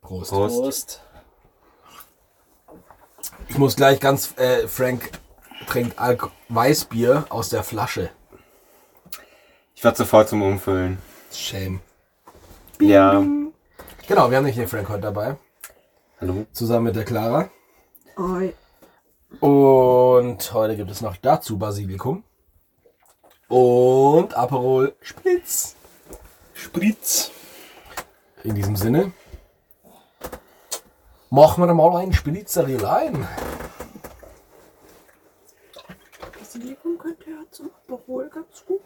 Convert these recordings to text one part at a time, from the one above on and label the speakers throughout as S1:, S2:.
S1: Prost.
S2: Prost.
S1: Ich muss gleich ganz, äh, Frank trinkt Alk Weißbier aus der Flasche.
S2: Ich werde sofort zum Umfüllen.
S1: Shame.
S2: Ja.
S1: Genau, wir haben nicht den Frank heute dabei.
S2: Hallo?
S1: Zusammen mit der Clara.
S3: Oi.
S1: Und heute gibt es noch dazu Basilikum. Und Aperol Spritz.
S2: Spritz.
S1: In diesem Sinne. Machen wir da mal einen Spritzeril ein.
S3: Basilikum könnte ja zum Aperol ganz gut.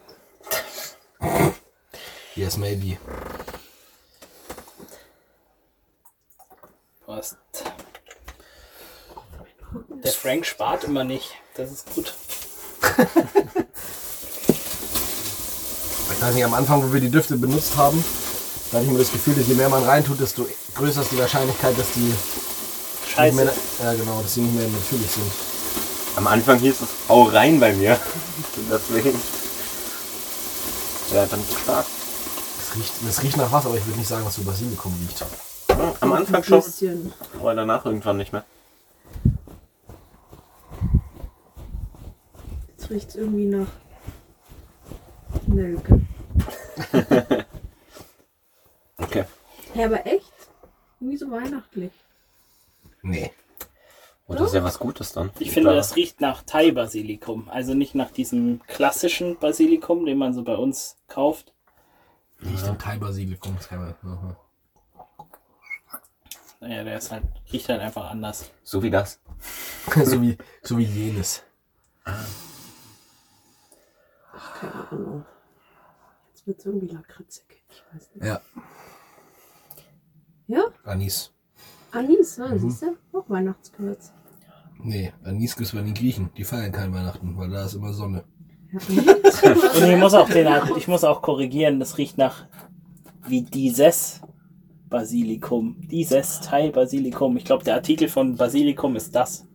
S1: Yes, maybe.
S4: Prost. Der Frank spart immer nicht. Das ist gut.
S1: Ich weiß nicht, am Anfang, wo wir die Düfte benutzt haben, da hatte ich immer das Gefühl, dass je mehr man reintut, desto größer ist die Wahrscheinlichkeit, dass die nicht mehr,
S4: Scheiße.
S1: ja, genau, dass die nicht mehr natürlich sind.
S2: Am Anfang hieß es hau rein bei mir. Deswegen. Ja, dann stark.
S1: Es riecht, es riecht nach was, aber ich würde nicht sagen, dass so Basilikum riecht.
S2: Ja, am Anfang
S3: Ein
S2: schon,
S3: bisschen.
S2: aber danach irgendwann nicht mehr.
S3: Jetzt riecht es irgendwie nach Nelke.
S2: Okay.
S3: Ja, aber echt? Irgendwie so weihnachtlich.
S1: Nee.
S2: Oh, das ist ja was Gutes dann.
S4: Ich finde, das riecht nach Thai-Basilikum. Also nicht nach diesem klassischen Basilikum, den man so bei uns kauft.
S1: Riecht im Thai Basilikum. das kann man- mhm.
S4: Naja, der ist halt, riecht halt einfach anders.
S2: So wie das.
S1: so, wie, so wie jenes.
S3: Keine Ahnung. Jetzt wird es irgendwie lakritzig. Ich weiß nicht.
S1: Ja,
S3: Ja?
S1: Anis.
S4: Äh.
S3: Anis, ne?
S1: Mhm.
S3: Siehst du? Auch Weihnachtsgewürz.
S1: Nee, Anis gibt es bei den Griechen. Die feiern kein Weihnachten, weil da ist immer Sonne.
S4: Und ich muss auch, den, halt, ich muss auch korrigieren, das riecht nach wie dieses Basilikum. Dieses Thai-Basilikum. Ich glaube, der Artikel von Basilikum ist das.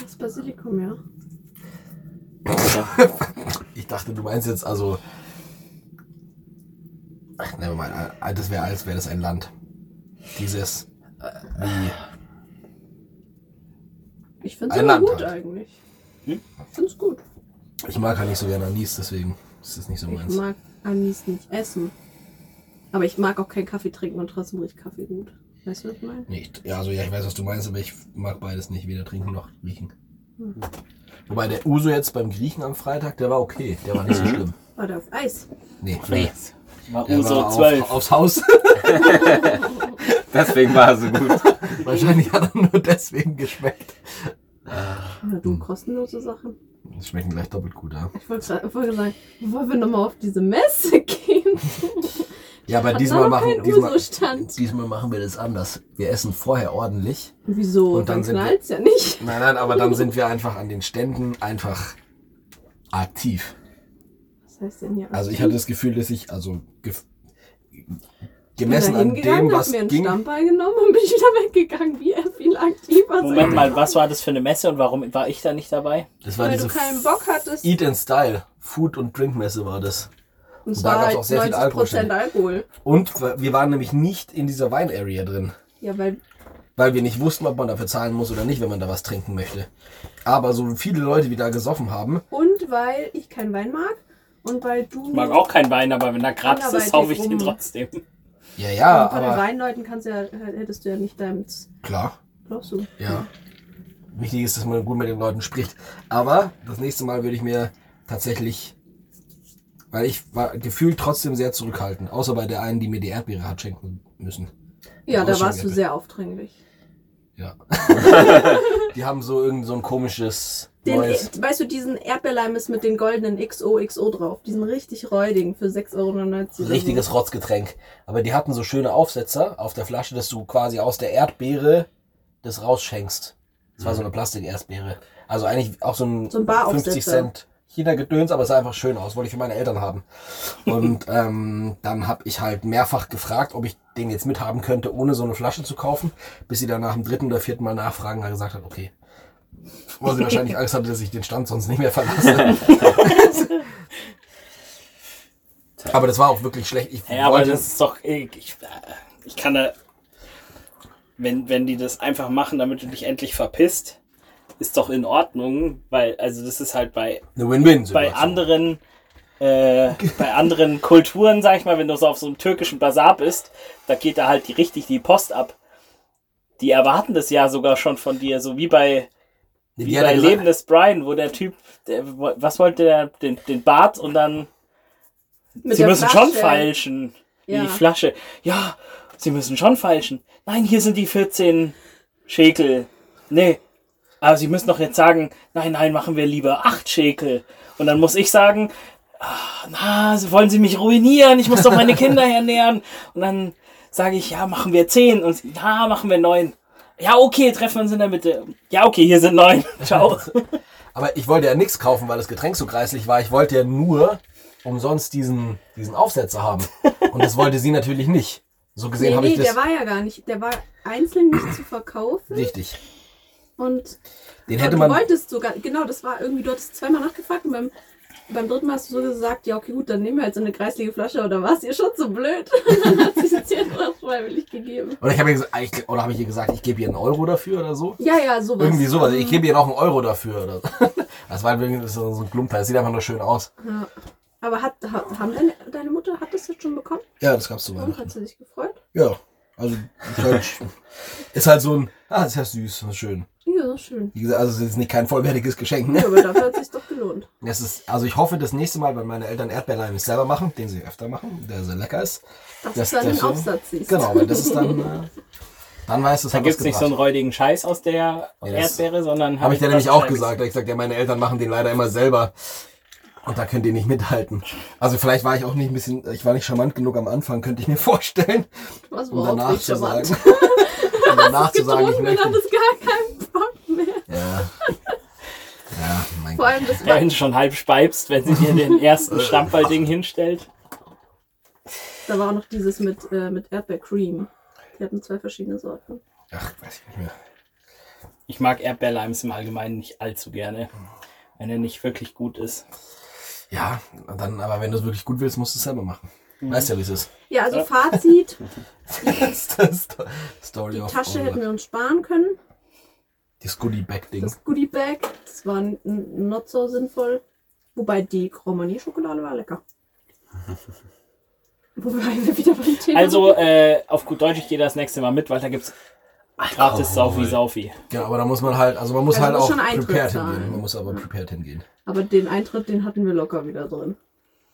S3: Das Basilikum, ja.
S1: Ich dachte, du meinst jetzt also. Ach, nein, mal, das wäre als wäre das ein Land. Dieses. Wie.
S3: Ich finde es
S1: Ein
S3: aber
S1: Land
S3: gut
S1: halt.
S3: eigentlich.
S4: Hm?
S3: Ich finde es gut.
S1: Ich mag halt nicht so gerne Anis, deswegen ist das nicht so meins.
S3: Ich mag Anis nicht essen. Aber ich mag auch keinen Kaffee trinken und trotzdem riecht Kaffee gut. Weißt du, was ich meine?
S1: Nicht. Ja, also ja, ich weiß, was du meinst, aber ich mag beides nicht, weder trinken noch riechen.
S3: Hm.
S1: Wobei der Uso jetzt beim Griechen am Freitag, der war okay, der war nicht so schlimm.
S3: War der auf Eis?
S1: Nee,
S4: Mhm. Nee. War
S1: Der
S4: Uso
S1: war
S4: 12.
S1: Auf, aufs Haus.
S2: Deswegen war er so gut.
S1: Wahrscheinlich hat er nur deswegen geschmeckt.
S3: Na
S1: Hm.
S3: du, kostenlose Sachen.
S1: Die schmecken gleich doppelt gut, ja.
S3: Ich wollte sa- wollte sagen, wollen wir nochmal auf diese Messe gehen?
S1: Ja, aber
S3: Hat
S1: diesmal
S3: da noch
S1: machen,
S3: kein
S1: diesmal,
S3: Uso-Stand.
S1: diesmal machen wir das anders. Wir essen vorher ordentlich.
S3: Wieso?
S1: Und dann sind wir-
S3: knallt's ja nicht.
S1: Nein, nein, aber dann sind wir einfach an den Ständen einfach aktiv.
S3: Was heißt denn hier?
S1: Also ich hatte das Gefühl, dass ich, also gef-
S3: Mhm. bin da
S1: gemessen an
S3: hingegangen,
S1: dem,
S3: hab
S1: was
S3: mir einen
S1: ging.
S3: Stammball genommen und bin wieder weggegangen, wie er viel aktiver
S4: Moment mal, was war das für eine Messe und warum war ich da nicht dabei?
S1: Das war
S3: Weil
S1: diese
S3: du keinen Bock hattest.
S1: Eat and Style. Food- und Drinkmesse war das.
S3: Und es
S1: da
S3: war
S1: gab's
S3: halt
S1: auch sehr viel
S3: 90% Alkohol.
S1: Und wir waren nämlich nicht in dieser Wine-Area drin,
S3: Ja, weil
S1: weil wir nicht wussten, ob man dafür zahlen muss oder nicht, wenn man da was trinken möchte. Aber so viele Leute, wie da gesoffen haben,
S3: und weil ich keinen Wein mag und weil du
S4: Ich mag auch keinen Wein, aber wenn er gratis
S3: Anderweitig
S4: ist, hau ich den
S3: rum.
S4: trotzdem.
S1: ja, ja,
S3: und von den
S1: aber
S3: Weinleuten kannst du ja, äh, hättest du ja nicht deinem Z-
S1: klar,
S3: glaubst du.
S1: ja. Wichtig ist, dass man gut mit den Leuten spricht. Aber das nächste Mal würde ich mir tatsächlich, weil ich war gefühlt trotzdem sehr zurückhaltend, außer bei der einen, die mir die Erdbeere hat schenken müssen.
S3: Ja, da
S1: Ausschlag
S3: warst du
S1: hätte.
S3: sehr aufdringlich.
S1: Ja. die haben so irgend so ein komisches
S3: Den, E-
S1: neues.
S3: weißt du, diesen Erdbeerleimes mit den goldenen XOXO drauf, diesen richtig räudigen für 6,99 Euro.
S1: richtiges Rotzgetränk. Aber die hatten so schöne Aufsetzer auf der Flasche, dass du quasi aus der Erdbeere das rausschenkst. Das war so eine Plastik-Erdbeere. Also eigentlich auch so ein,
S3: Mhm. So ein Baraufsetzer.
S1: 50 Cent China-Gedöns, aber es sah einfach schön aus. Wollte ich für meine Eltern haben. Und ähm, dann habe ich halt mehrfach gefragt, ob ich den jetzt mithaben könnte, ohne so eine Flasche zu kaufen. Bis sie dann nach dem dritten oder vierten Mal nachfragen, hat gesagt hat, okay. Weil sie wahrscheinlich Angst hatte, dass ich den Stand sonst nicht mehr verlasse. aber das war auch wirklich schlecht. Ich
S4: Ja, aber
S1: wollte-
S4: äh, das ist doch. Ich, ich kann da. wenn, wenn die das einfach machen, damit du dich endlich verpisst, ist doch in Ordnung, weil, also das ist halt bei,
S1: Eine Win-Win.
S4: bei anderen, äh, bei anderen Kulturen, sag ich mal, wenn du so auf so einem türkischen Bazar bist, da geht da halt die, richtig die Post ab. Die erwarten das ja sogar schon von dir, so wie bei, wie bei Leben des Brian, wo der Typ, der, was wollte der, den, den Bart und dann
S3: Mit
S4: sie
S3: der
S4: müssen schon
S3: Flasche.
S4: feilschen. Ja.
S3: Ja.
S4: Die Flasche. Ja, sie müssen schon feilschen. Nein, hier sind die 14 Schäkel. Nee. Aber sie müssen doch jetzt sagen, nein, nein, machen wir lieber acht Schäkel. Und dann muss ich sagen, ah, na, sie wollen sie mich ruinieren, ich muss doch meine Kinder ernähren. Und dann sage ich, ja, machen wir zehn. Und sie, na, machen wir neun. Ja, okay, treffen wir uns in der Mitte. Ja, okay, hier sind neun. Ciao.
S1: Aber ich wollte ja nichts kaufen, weil das Getränk so greislich war. Ich wollte ja nur umsonst diesen, diesen Aufsetzer haben. Und das wollte sie natürlich nicht. So gesehen
S3: Nee,
S1: habe
S3: nee,
S1: ich
S3: der
S1: das
S3: war ja gar nicht. Der war einzeln nicht zu verkaufen.
S1: richtig.
S3: Und
S1: Den hätte
S3: du
S1: man.
S3: wolltest sogar, genau, das war irgendwie, du hattest zweimal nachgefragt und beim, beim dritten Mal hast du so gesagt, ja, okay, gut, dann nehmen wir jetzt so eine kreislige Flasche oder warst ihr schon so blöd? Und dann hat sie sie 10 Euro freiwillig gegeben.
S1: Oder ich habe ihr gesagt, ich, oder habe ich ihr gesagt, ich gebe ihr einen Euro dafür oder so?
S3: Ja, ja, sowas.
S1: Irgendwie sowas. Ich gebe ihr noch einen Euro dafür oder so. Das war irgendwie so so ein Klumper. Das sieht einfach nur schön aus.
S3: Ja. Aber hat, ha- haben deine, deine Mutter, hat das jetzt schon bekommen?
S1: Ja, das gab's zu
S3: Und hat sie sich gefreut?
S1: Ja. Also ist halt, ist halt so ein, ah, ist ja süß und schön.
S3: Ja, so schön.
S1: Wie gesagt, also es ist nicht kein vollwertiges Geschenk. Ne?
S3: Ja, aber dafür hat es sich doch gelohnt.
S1: Das ist, also ich hoffe, das nächste Mal, wenn meine Eltern Erdbeerleim selber machen, den sie öfter machen, der sehr lecker ist. Das-
S3: Dass du dann
S1: das
S3: den
S1: so-
S3: Aufsatz siehst.
S1: Genau, weil das ist dann, äh, dann weiß es
S4: Da gibt's nicht so einen räudigen Scheiß aus der
S1: Ja, Oh, das
S4: Erdbeere, sondern
S1: Habe ich dir
S4: was
S1: nämlich auch
S4: Gescheites.
S1: gesagt. Ich hab gesagt, ja, meine Eltern machen den leider immer selber. Und da könnt ihr nicht mithalten. Also vielleicht war ich auch nicht ein bisschen, ich war nicht charmant genug am Anfang, könnte ich mir vorstellen.
S3: Was
S1: Um
S3: überhaupt
S1: danach
S3: nicht
S1: zu
S3: charmant.
S1: sagen. um danach zu sagen, ich
S3: Getrunken
S1: möchte.
S3: und hat es gar keinen Bock mehr.
S1: Ja. Ja, mein
S3: Vor
S1: Gott.
S3: allem das
S4: Ja,
S3: war,
S4: wenn du schon halb speibst, wenn sie dir den ersten Stammball-Ding hinstellt.
S3: da war auch noch dieses mit, äh, mit Erdbeercream. Die hatten zwei verschiedene Sorten.
S1: Ach, weiß ich nicht mehr.
S4: Ich mag Erdbeerlimes im Allgemeinen nicht allzu gerne, wenn er nicht wirklich gut ist.
S1: Ja, und dann, aber wenn du es wirklich gut willst, musst du es selber machen.
S3: Mhm.
S1: Weißt ja, wie es ist.
S3: Ja, also
S4: Ja.
S3: Fazit,
S1: Das ist das Sto- Story
S3: die
S1: of
S3: Tasche
S1: our
S3: hätten
S1: life.
S3: wir uns sparen können.
S1: Das Goodie-Bag-Ding.
S3: Das Goodie Bag, das war n- n- not so sinnvoll. Wobei die Romani-Schokolade war lecker. Wobei wir wieder beim Thema
S4: Also, äh, auf gut Deutsch, ich gehe das nächste Mal mit, weil da gibt's gratis Saufi-Saufi.
S1: Genau, aber da muss man halt, also man muss
S3: Also
S1: halt
S3: muss
S1: auch
S3: schon Eintritt
S1: prepared
S3: zahlen.
S1: hingehen. Man muss aber prepared hingehen.
S3: Aber den Eintritt, den hatten wir locker wieder drin.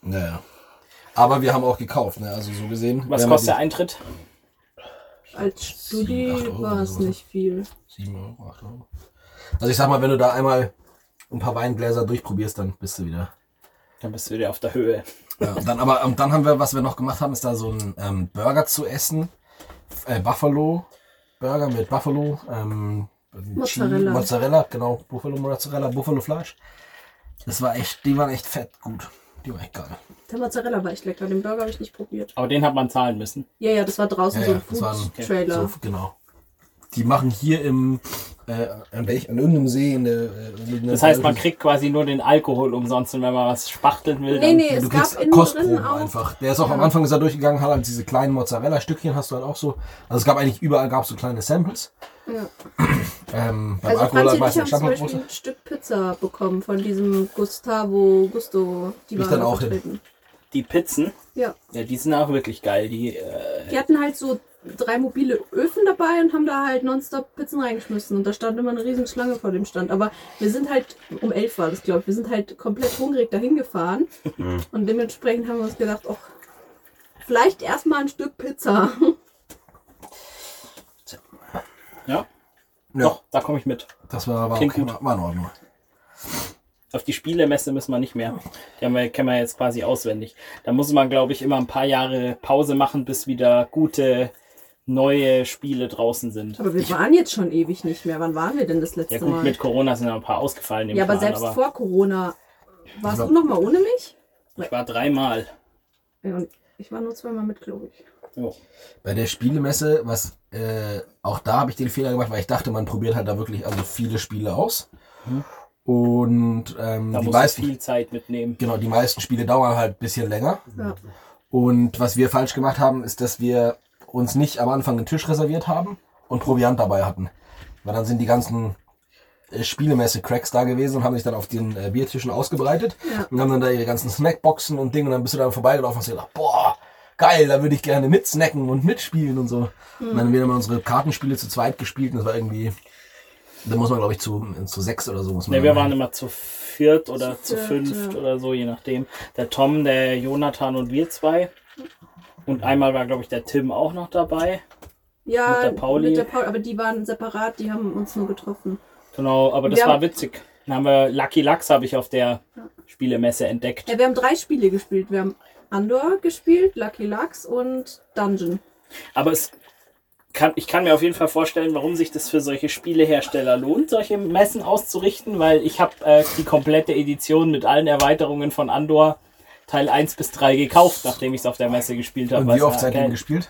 S1: Naja. Aber wir haben auch gekauft, ne? Also so gesehen.
S4: Was kostet der Eintritt?
S3: Als Studi
S1: Sieben, acht Euro
S3: war
S1: oder
S3: es
S1: sowas.
S3: nicht viel.
S1: 7 Euro, 8 Euro. Also ich sag mal, wenn du da einmal ein paar Weingläser durchprobierst, dann bist du wieder.
S4: Dann bist du wieder auf der Höhe.
S1: Ja, und dann aber, und dann haben wir, was wir noch gemacht haben, ist da so ein ähm, Burger zu essen. F- Äh, Buffalo Burger mit Buffalo. Ähm,
S3: Mozzarella.
S1: Mozzarella, genau. Buffalo Mozzarella, Buffalo Fleisch. Das war echt, die waren echt fett gut. Die waren echt geil.
S3: Der Mozzarella war echt lecker, den Burger habe ich nicht probiert.
S4: Aber den hat man zahlen müssen.
S3: Ja, ja, das war draußen
S1: Ja,
S3: so
S1: ja,
S3: ein
S1: das waren
S3: Food-Trailer.
S1: so, genau. Die machen hier im, äh, an, welch, an irgendeinem See in der. Äh, in der
S4: Das heißt, man kriegt quasi nur den Alkohol umsonst und wenn man was spachteln will,
S3: Nee,
S4: dann.
S3: nee,
S1: Ja, du
S3: es gab
S1: kriegst
S3: innen
S1: Kostproben
S3: drin auch.
S1: einfach. Der ist auch am Anfang ist er durchgegangen, hat halt diese kleinen Mozzarella-Stückchen, hast du halt auch so. Also es gab eigentlich überall gab so kleine Samples.
S3: Ja.
S1: Ähm, beim
S3: Also
S1: Alkohol
S3: Franzi
S1: halt
S3: und ich
S1: meistens
S3: haben zum Beispiel
S1: Standardbrot.
S3: ein Stück Pizza bekommen von diesem Gustavo Gusto. Die
S1: Ich
S3: waren
S1: dann
S3: da
S1: auch hin.
S3: vertreten.
S4: Die Pizzen,
S3: Ja.
S4: ja, die sind auch wirklich geil. Die, äh,
S3: Die hatten halt so drei mobile Öfen dabei und haben da halt nonstop Pizzen reingeschmissen. Und da stand immer eine riesen Schlange vor dem Stand. Aber wir sind halt, um elf war das, glaube ich, wir sind halt komplett hungrig dahin gefahren.
S1: Mhm.
S3: und dementsprechend haben wir uns gedacht, ach, vielleicht erstmal ein Stück Pizza.
S4: ja,
S1: Ja,
S4: doch, da komme ich mit.
S1: das war, war,
S4: Klingt
S1: okay,
S4: gut.
S1: war- war in Ordnung.
S4: Auf die Spielemesse müssen wir nicht mehr. Die haben wir, kennen wir jetzt quasi auswendig. Da muss man, glaube ich, immer ein paar Jahre Pause machen, bis wieder gute neue Spiele draußen sind.
S3: Aber wir waren jetzt schon ewig nicht mehr. Wann waren wir denn das letzte
S4: Ja gut,
S3: Mal?
S4: mit Corona sind ja ein paar ausgefallen. nehme
S3: ja,
S4: ich
S3: aber
S4: mal an,
S3: selbst vor Corona. Warst du noch mal ohne mich?
S4: Ich war dreimal.
S3: Ja, und ich war nur zweimal mit, glaube ich.
S4: Jo.
S1: Bei der Spielemesse, was äh, auch da habe ich den Fehler gemacht, weil ich dachte, man probiert halt da wirklich also viele Spiele aus. Und ähm,
S4: Hm. Da
S1: die
S4: musst
S1: meisten,
S4: du viel Zeit mitnehmen.
S1: genau, die meisten Spiele dauern halt ein bisschen länger.
S3: Ja.
S1: Und was wir falsch gemacht haben, ist, dass wir uns nicht am Anfang einen Tisch reserviert haben und Proviant dabei hatten. Weil dann sind die ganzen äh, spielemäßig Cracks da gewesen und haben sich dann auf den äh, Biertischen ausgebreitet
S3: Ja.
S1: und haben dann da ihre ganzen Snackboxen und Dinge und dann bist du da vorbeigelaufen und hast dir gedacht, boah, geil, da würde ich gerne mitsnacken und mitspielen und so.
S3: Hm.
S1: Und dann haben wir immer unsere Kartenspiele zu zweit gespielt und das war irgendwie, da muss man glaube ich zu, zu sechs oder so muss man.
S4: Ne, wir waren immer zu viert oder zu,
S3: Zu viert,
S4: fünft
S3: ja.
S4: oder so, je nachdem. Der Tom, der Jonathan und wir zwei. Und einmal war, glaube ich, der Tim auch noch dabei.
S3: Ja,
S4: Mit der Pauli.
S3: mit der Pauli, aber die waren separat, die haben uns nur getroffen.
S4: Genau, aber das
S3: Wir
S4: war
S3: haben-
S4: witzig. Dann haben wir Lucky Lux, habe ich auf der Spielemesse entdeckt.
S3: Ja, wir haben drei Spiele gespielt. Wir haben Andor gespielt, Lucky Lux und Dungeon.
S4: Aber es kann, ich kann mir auf jeden Fall vorstellen, warum sich das für solche Spielehersteller lohnt, solche Messen auszurichten, weil ich habe äh, die komplette Edition mit allen Erweiterungen von Andor Teil 1 bis 3 gekauft, nachdem ich es auf der Messe gespielt habe.
S1: und
S4: weil
S1: wie
S4: es
S1: oft
S4: war
S1: seid ihr
S4: geil.
S1: denn gespielt?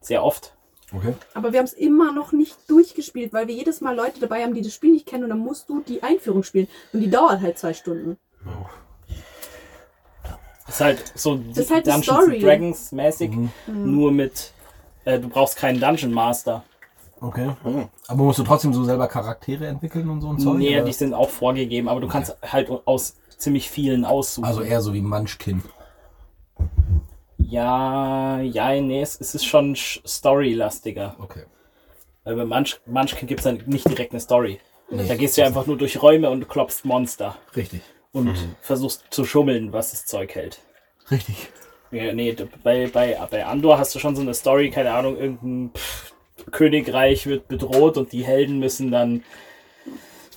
S4: Sehr oft.
S1: Okay.
S3: Aber wir haben es immer noch nicht durchgespielt, weil wir jedes Mal Leute dabei haben, die das Spiel nicht kennen und dann musst du die Einführung spielen. Und die dauert halt zwei Stunden.
S4: Ist halt so
S3: ist halt die
S4: Dungeons
S3: Story. Mhm.
S4: Dragons mäßig,
S1: Mhm.
S4: nur mit, äh, du brauchst keinen Dungeon Master.
S1: Okay. Aber musst du trotzdem so selber Charaktere entwickeln und so ein Zeug?
S4: nee,
S1: oder?
S4: die sind auch vorgegeben, aber du kannst halt aus ziemlich vielen aussuchen.
S1: also eher so wie Munchkin.
S4: ja, ja, nee, es es ist schon sch- storylastiger.
S1: Okay.
S4: Weil bei Munch Munchkin gibt es dann nicht direkt eine Story.
S1: Nee.
S4: Da gehst du ja einfach nur durch Räume und klopfst Monster
S1: Richtig.
S4: und versuchst zu schummeln, was das Zeug hält.
S1: Richtig.
S4: Ja, nee, d- bei, bei, bei Andor hast du schon so eine Story, keine Ahnung, irgendein pff, Königreich wird bedroht und die Helden müssen dann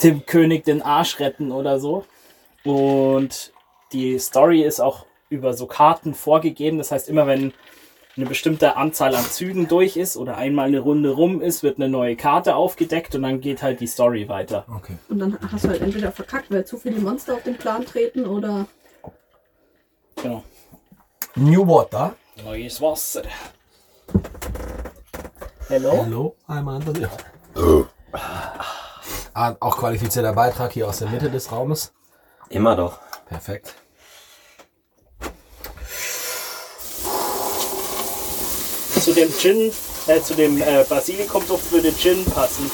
S4: dem König den Arsch retten oder so. Und die Story ist auch über so Karten vorgegeben. Das heißt, immer wenn eine bestimmte Anzahl an Zügen durch ist oder einmal eine Runde rum ist, wird eine neue Karte aufgedeckt und dann geht halt die Story weiter.
S1: Okay.
S3: Und dann hast du halt entweder verkackt, weil zu viele Monster auf den Plan treten oder.
S4: Genau.
S1: New Water.
S4: Neues Wasser. Hello?
S1: Hallo, einmal an Oh. das Ohr. Ah, auch qualifizierter Beitrag hier aus der Mitte des Raumes.
S2: Immer doch.
S1: Perfekt.
S4: Zu dem Gin, äh, zu dem äh, Basilikumduft würde Gin passen.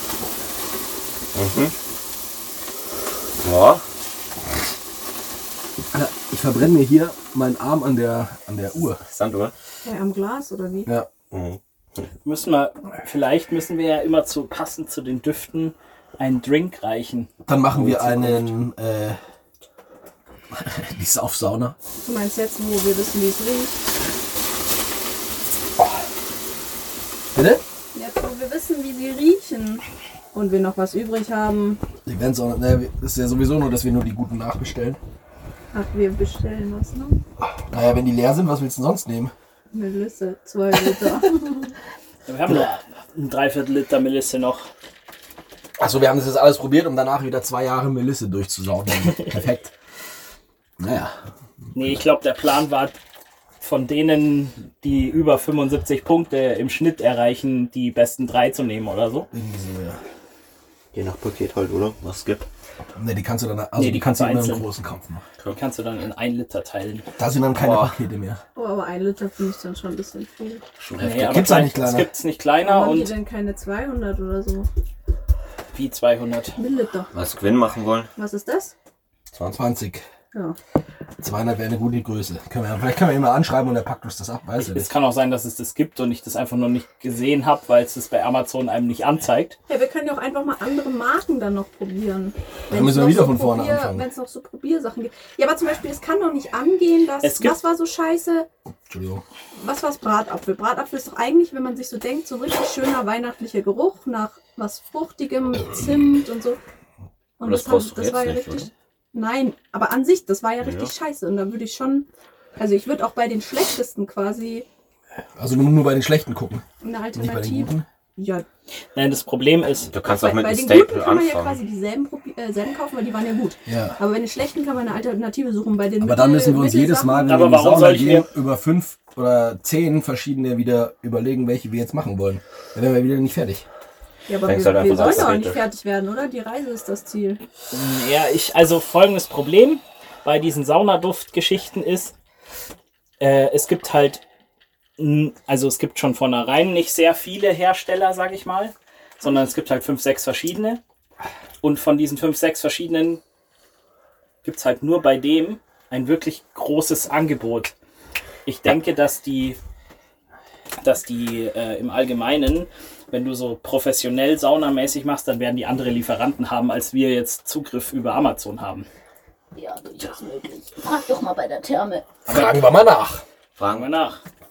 S2: Ja.
S1: Ich verbrenne mir hier meinen Arm an der, an der Uhr.
S2: Sanduhr.
S3: Ja, am Glas oder wie?
S1: Ja.
S4: Müssen wir, vielleicht müssen wir ja immer zu passend zu den Düften einen Drink reichen.
S1: Dann machen wir einen. Äh, die Saufsauna.
S3: Du meinst jetzt, wo wir wissen, wie es riecht?
S1: Bitte?
S3: Jetzt, wo wir wissen, wie sie riechen. Und wir noch was übrig haben.
S1: Die werden auch. Ne, ist ja sowieso nur, dass wir nur die guten nachbestellen.
S3: Ach, wir bestellen was ne? noch.
S1: Naja, wenn die leer sind, was willst du denn sonst nehmen?
S3: Melisse, zwei Liter.
S4: Wir haben noch ein Dreiviertel Liter Melisse noch.
S1: Achso, wir haben das jetzt alles probiert, um danach wieder zwei Jahre Melisse durchzusaugen. Perfekt. Naja.
S4: Nee, ich glaube, der Plan war von denen, die über 75 Punkte im Schnitt erreichen, die besten drei zu nehmen oder so.
S1: Irgendwie so, ja.
S2: Je nach Paket halt, oder? Was es gibt.
S1: Ne, die kannst du dann. Also
S4: Nee,
S1: die,
S4: die
S1: kannst du
S4: kannst du
S1: immer im
S4: einzeln.
S1: großen Kampf machen.
S4: Die kannst du dann in ein Liter teilen.
S1: Da sind dann keine
S2: Boah.
S1: Pakete mehr.
S3: Oh, aber ein Liter finde ich dann schon ein bisschen viel.
S4: Schon
S1: heftig. Gibt's auch nicht kleiner.
S4: Gibt es nicht kleiner
S3: Haben die
S4: und
S3: denn keine 200 oder so?
S4: wie 200.
S3: Milliliter.
S2: Was Quinn machen wollen?
S3: Was ist das?
S1: 20.
S3: Ja.
S1: 200 wäre eine gute Größe. Können wir, vielleicht können wir ihn mal anschreiben und er packt uns Also das ab. Weiß ich
S4: Es
S1: nicht.
S4: kann auch sein, dass es das gibt und ich das einfach noch nicht gesehen habe, weil es das bei Amazon einem nicht anzeigt.
S3: Hey, wir können ja auch einfach mal andere Marken dann noch probieren.
S1: Dann
S3: Wenn's
S1: müssen wir
S3: noch
S1: wieder von vorne
S3: Probier-
S1: anfangen.
S3: Wenn es noch so Probiersachen gibt. Ja, aber zum Beispiel, es kann doch nicht angehen, dass.
S4: Es gibt-
S3: was war so scheiße?
S1: Entschuldigung.
S3: Was war's Bratapfel? Bratapfel ist doch eigentlich, wenn man sich so denkt, so ein richtig schöner weihnachtlicher Geruch nach was Fruchtigem, Zimt und so. Und
S2: Aber das
S3: haben-
S2: brauchst du jetzt nicht, oder?
S3: Nein, aber an sich, das war ja richtig
S2: Ja.
S3: scheiße. Und dann würde ich schon. Also ich würde auch bei den schlechtesten quasi
S1: Also nur, nur bei den schlechten gucken,
S3: eine
S1: nicht bei den
S3: Alternative.
S1: guten.
S3: Ja,
S4: Nein, das Problem ist,
S2: Du kannst auch mit
S3: bei
S2: einem
S3: den guten
S2: Staple
S3: kann man ja
S2: anfangen.
S3: quasi dieselben, probi- äh, selben kaufen, weil die waren ja gut.
S1: Ja.
S3: Aber bei den schlechten kann man eine Alternative suchen. Bei den
S1: Aber dann
S3: mittel-
S1: müssen wir uns jedes
S3: mittelsachen-
S1: Mal, wenn
S4: Aber
S1: wir in die
S4: warum
S1: Sauna
S4: soll ich
S1: gehen,
S4: mir-
S1: über fünf oder zehn verschiedene wieder überlegen, welche wir jetzt machen wollen. Dann wären wir wieder nicht fertig.
S3: Ja, aber
S2: Fängst
S3: wir,
S2: halt
S3: wir
S2: einfach
S3: sollen
S2: so
S3: auch
S2: an,
S3: nicht
S2: bitte.
S3: fertig werden, oder? Die Reise ist das Ziel.
S4: ja, ich, also folgendes Problem bei diesen Saunaduftgeschichten ist, äh, es gibt halt, mh, also es gibt schon vornherein nicht sehr viele Hersteller, sag ich mal. sondern es gibt halt fünf, sechs verschiedene. Und von diesen fünf, sechs verschiedenen gibt es halt nur bei dem ein wirklich großes Angebot. Ich denke, dass die, dass die äh, im Allgemeinen, wenn du so professionell saunamäßig machst, dann werden die andere Lieferanten haben, als wir jetzt Zugriff über Amazon haben.
S5: Ja, durchaus möglich. Frag doch mal bei der Therme.
S1: Fragen wir mal nach.
S4: Fragen
S2: Fragen
S4: wir nach.